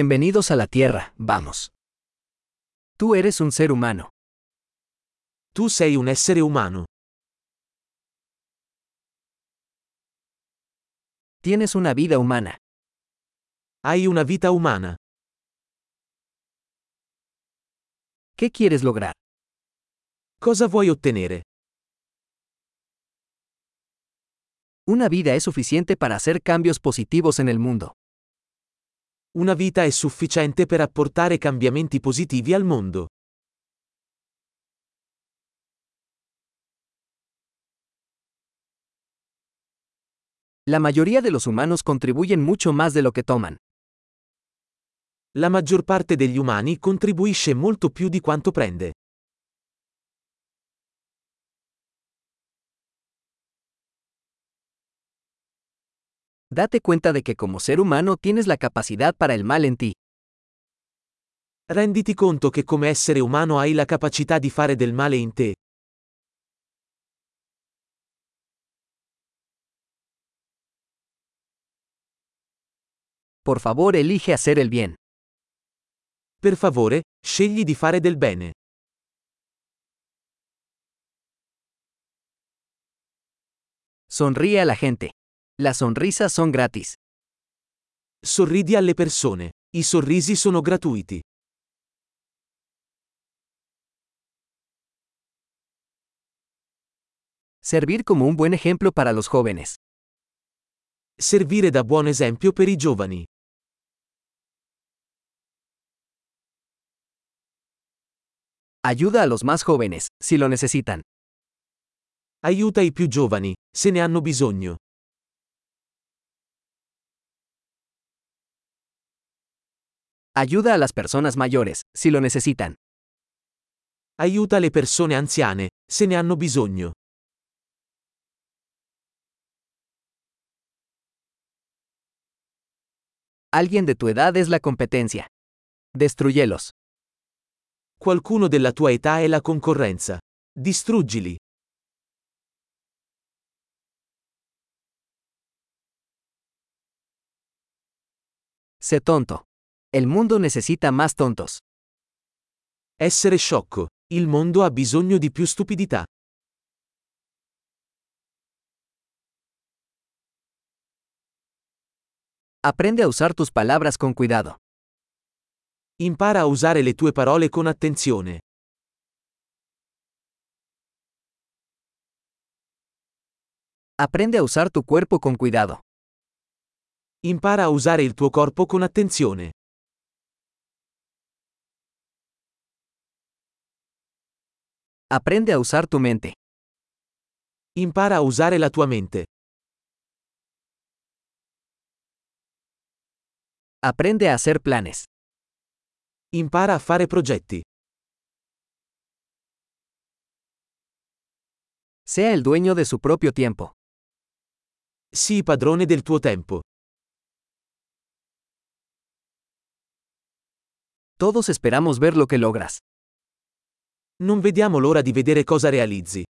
Bienvenidos a la Tierra, vamos. Tú eres un ser humano. Tu sei un essere umano. Tienes una vida humana. Hai una vita umana. ¿Qué quieres lograr? Cosa vuoi ottenere? Una vida es suficiente para hacer cambios positivos en el mundo. Una vita è sufficiente per apportare cambiamenti positivi al mondo. La mayoría de los humanos contribuyen mucho más de lo que toman. La maggior parte degli umani contribuisce molto più di quanto prende. Date cuenta de que como ser humano tienes la capacidad para el mal en ti. Renditi conto che come essere umano hai la capacità di fare del male in te. Por favor, elige hacer el bien. Per favore, scegli di fare del bene. Sonríe a la gente. Las sonrisas son gratis. Sorridi alle persone. I sorrisi sono gratuiti. Servir como un buen ejemplo para los jóvenes. Servire da buon esempio per i giovani. Ayuda a los más jóvenes, si lo necesitan. Aiuta i più giovani, se ne hanno bisogno. Ayuda a las personas mayores, si lo necesitan. Aiuta le persone anziane, se ne hanno bisogno. Alguien de tu edad es la competencia. Destruyelos. Qualcuno della tua età è la concorrenza. Distruggili. Sé tonto. El mundo necesita más tontos. Essere sciocco. Il mondo ha bisogno di più stupidità. Aprende a usar tus palabras con cuidado. Impara a usare le tue parole con attenzione. Aprende a usar tu cuerpo con cuidado. Impara a usare il tuo corpo con attenzione. Aprende a usar tu mente. Impara a usare la tua mente. Aprende a hacer planes. Impara a fare progetti. Sea el dueño de su propio tiempo. Sii padrone del tuo tempo. Todos esperamos ver lo que logras. Non vediamo l'ora di vedere cosa realizzi.